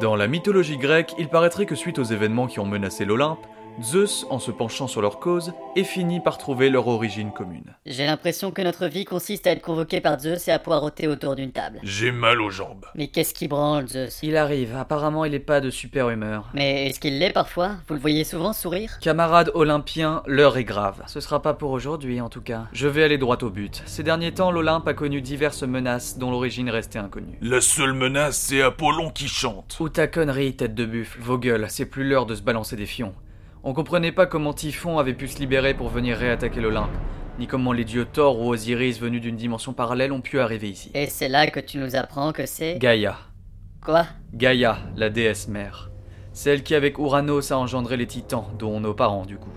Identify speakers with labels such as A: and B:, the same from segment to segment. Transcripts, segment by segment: A: Dans la mythologie grecque, il paraîtrait que suite aux événements qui ont menacé l'Olympe, Zeus, en se penchant sur leur cause, est fini par trouver leur origine commune.
B: J'ai l'impression que notre vie consiste à être convoqué par Zeus et à poireauter autour d'une table.
C: J'ai mal aux jambes.
B: Mais qu'est-ce qui branle, Zeus
D: Il arrive, apparemment il n'est pas de super humeur.
B: Mais est-ce qu'il l'est parfois Vous le voyez souvent sourire
D: Camarades olympiens, l'heure est grave. Ce sera pas pour aujourd'hui en tout cas. Je vais aller droit au but. Ces derniers temps, l'Olympe a connu diverses menaces dont l'origine restait inconnue.
C: La seule menace, c'est Apollon qui chante.
D: Ou ta connerie, tête de buffle, vos gueules, c'est plus l'heure de se balancer des fions. On comprenait pas comment Typhon avait pu se libérer pour venir réattaquer l'Olympe, ni comment les dieux Thor ou Osiris venus d'une dimension parallèle ont pu arriver ici.
B: Et c'est là que tu nous apprends que c'est...
D: Gaïa.
B: Quoi
D: Gaïa, la déesse mère. Celle qui avec Ouranos a engendré les titans, dont nos parents du coup.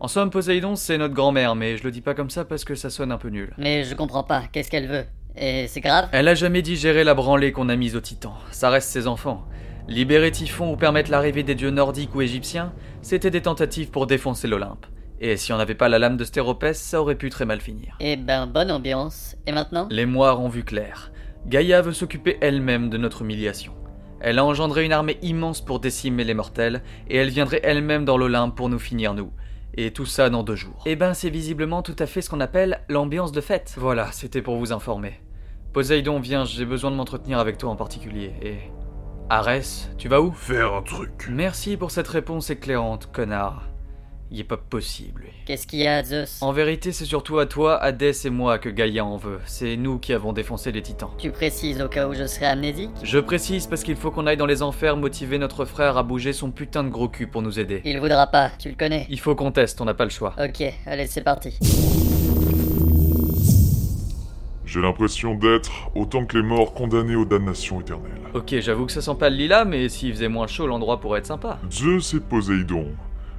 D: En somme, Poséidon, c'est notre grand-mère, mais je le dis pas comme ça parce que ça sonne un peu nul.
B: Mais je comprends pas, qu'est-ce qu'elle veut Et c'est grave
D: Elle a jamais digéré la branlée qu'on a mise aux titans, ça reste ses enfants. Libérer Typhon ou permettre l'arrivée des dieux nordiques ou égyptiens, c'était des tentatives pour défoncer l'Olympe. Et si on n'avait pas la lame de Stéropès, ça aurait pu très mal finir.
B: Eh ben, bonne ambiance. Et maintenant
D: Les moires ont vu clair. Gaïa veut s'occuper elle-même de notre humiliation. Elle a engendré une armée immense pour décimer les mortels, et elle viendrait elle-même dans l'Olympe pour nous finir, nous. Et tout ça dans deux jours. Eh ben, c'est visiblement tout à fait ce qu'on appelle l'ambiance de fête. Voilà, c'était pour vous informer. Poséidon, viens, j'ai besoin de m'entretenir avec toi en particulier, et... Arès, tu vas où
C: Faire un truc.
D: Merci pour cette réponse éclairante, connard. Il est pas possible, lui.
B: Qu'est-ce qu'il y a, Zeus
D: En vérité, c'est surtout à toi, Hadès et moi que Gaïa en veut. C'est nous qui avons défoncé les titans.
B: Tu précises au cas où je serais amnésique
D: Je précise parce qu'il faut qu'on aille dans les enfers motiver notre frère à bouger son putain de gros cul pour nous aider.
B: Il voudra pas, tu le connais.
D: Il faut qu'on teste, on n'a pas le choix.
B: Ok, allez, c'est parti.
E: J'ai l'impression d'être autant que les morts condamnés aux damnations éternelles.
D: Ok, j'avoue que ça sent pas le lilas, mais s'il faisait moins chaud, l'endroit pourrait être sympa.
E: Zeus et Poséidon,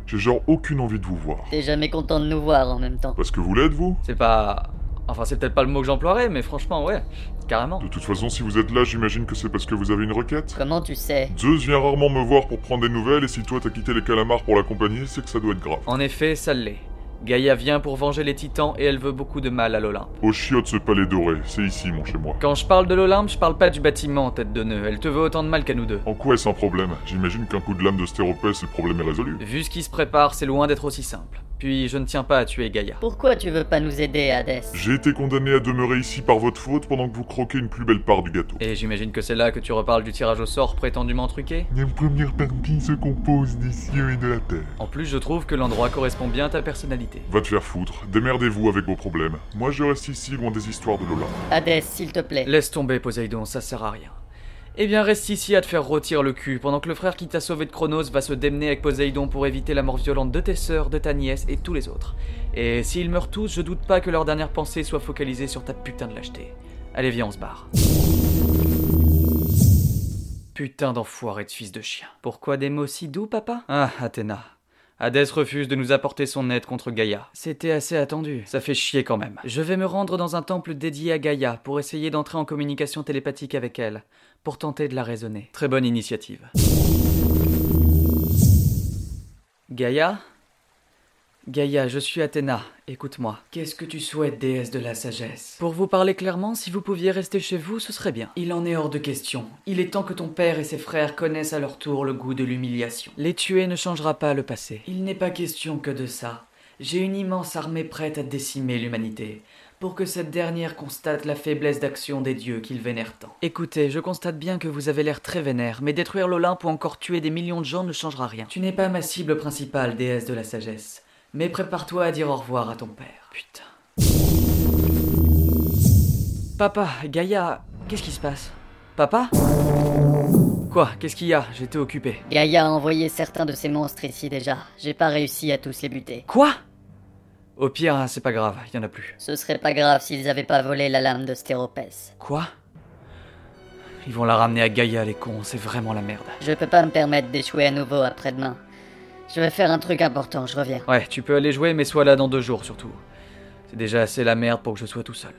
E: j'ai genre aucune envie de vous voir.
B: T'es jamais content de nous voir en même temps.
E: Parce que vous l'êtes, vous
D: C'est pas... Enfin, c'est peut-être pas le mot que j'emploierais, mais franchement, ouais, carrément.
E: De toute façon, si vous êtes là, j'imagine que c'est parce que vous avez une requête
B: Comment tu sais
E: Zeus vient rarement me voir pour prendre des nouvelles, et si toi t'as quitté les calamars pour l'accompagner, c'est que ça doit être grave.
D: En effet, ça l'est. Gaïa vient pour venger les titans et elle veut beaucoup de mal à l'Olympe.
E: Au chiotte ce palais doré, c'est ici, mon chez-moi.
D: Quand je parle de l'Olympe, je parle pas du bâtiment, tête de nœud. Elle te veut autant de mal qu'à nous deux.
E: En quoi est-ce un problème J'imagine qu'un coup de lame de stéropès, le problème est résolu.
D: Vu ce qui se prépare, c'est loin d'être aussi simple. Puis je ne tiens pas à tuer Gaïa.
B: Pourquoi tu veux pas nous aider, Hadès
E: J'ai été condamné à demeurer ici par votre faute pendant que vous croquez une plus belle part du gâteau.
D: Et j'imagine que c'est là que tu reparles du tirage au sort prétendument truqué
E: La première partie se compose des cieux et de la terre.
D: En plus, je trouve que l'endroit correspond bien à ta personnalité.
E: Va te faire foutre, démerdez-vous avec vos problèmes. Moi je reste ici loin des histoires de Lola.
B: Hadès, s'il te plaît.
D: Laisse tomber, Poséidon, ça sert à rien. Eh bien, reste ici à te faire rôtir le cul, pendant que le frère qui t'a sauvé de Chronos va se démener avec Poséidon pour éviter la mort violente de tes sœurs, de ta nièce et tous les autres. Et s'ils meurent tous, je doute pas que leur dernière pensée soit focalisée sur ta putain de lâcheté. Allez, viens, on se barre. Putain d'enfoiré de fils de chien. Pourquoi des mots si doux, papa Ah, Athéna. Hadès refuse de nous apporter son aide contre Gaïa. C'était assez attendu. Ça fait chier quand même. Je vais me rendre dans un temple dédié à Gaïa pour essayer d'entrer en communication télépathique avec elle, pour tenter de la raisonner. Très bonne initiative. Gaïa Gaïa, je suis Athéna, écoute-moi. Qu'est-ce que tu souhaites, déesse de la sagesse Pour vous parler clairement, si vous pouviez rester chez vous, ce serait bien. Il en est hors de question. Il est temps que ton père et ses frères connaissent à leur tour le goût de l'humiliation. Les tuer ne changera pas le passé. Il n'est pas question que de ça. J'ai une immense armée prête à décimer l'humanité, pour que cette dernière constate la faiblesse d'action des dieux qu'ils vénèrent tant. Écoutez, je constate bien que vous avez l'air très vénère, mais détruire l'Olympe ou encore tuer des millions de gens ne changera rien. Tu n'es pas ma cible principale, déesse de la sagesse. Mais prépare-toi à dire au revoir à ton père. Putain. Papa, Gaïa, qu'est-ce qui se passe Papa Quoi Qu'est-ce qu'il y a J'étais occupé.
B: Gaïa a envoyé certains de ses monstres ici déjà. J'ai pas réussi à tous les buter.
D: Quoi Au pire, hein, c'est pas grave, il y en a plus.
B: Ce serait pas grave s'ils avaient pas volé la lame de Stéropès.
D: Quoi Ils vont la ramener à Gaïa, les cons, c'est vraiment la merde.
B: Je peux pas me permettre d'échouer à nouveau après-demain. Je vais faire un truc important, je reviens.
D: Ouais, tu peux aller jouer, mais sois là dans deux jours surtout. C'est déjà assez la merde pour que je sois tout seul.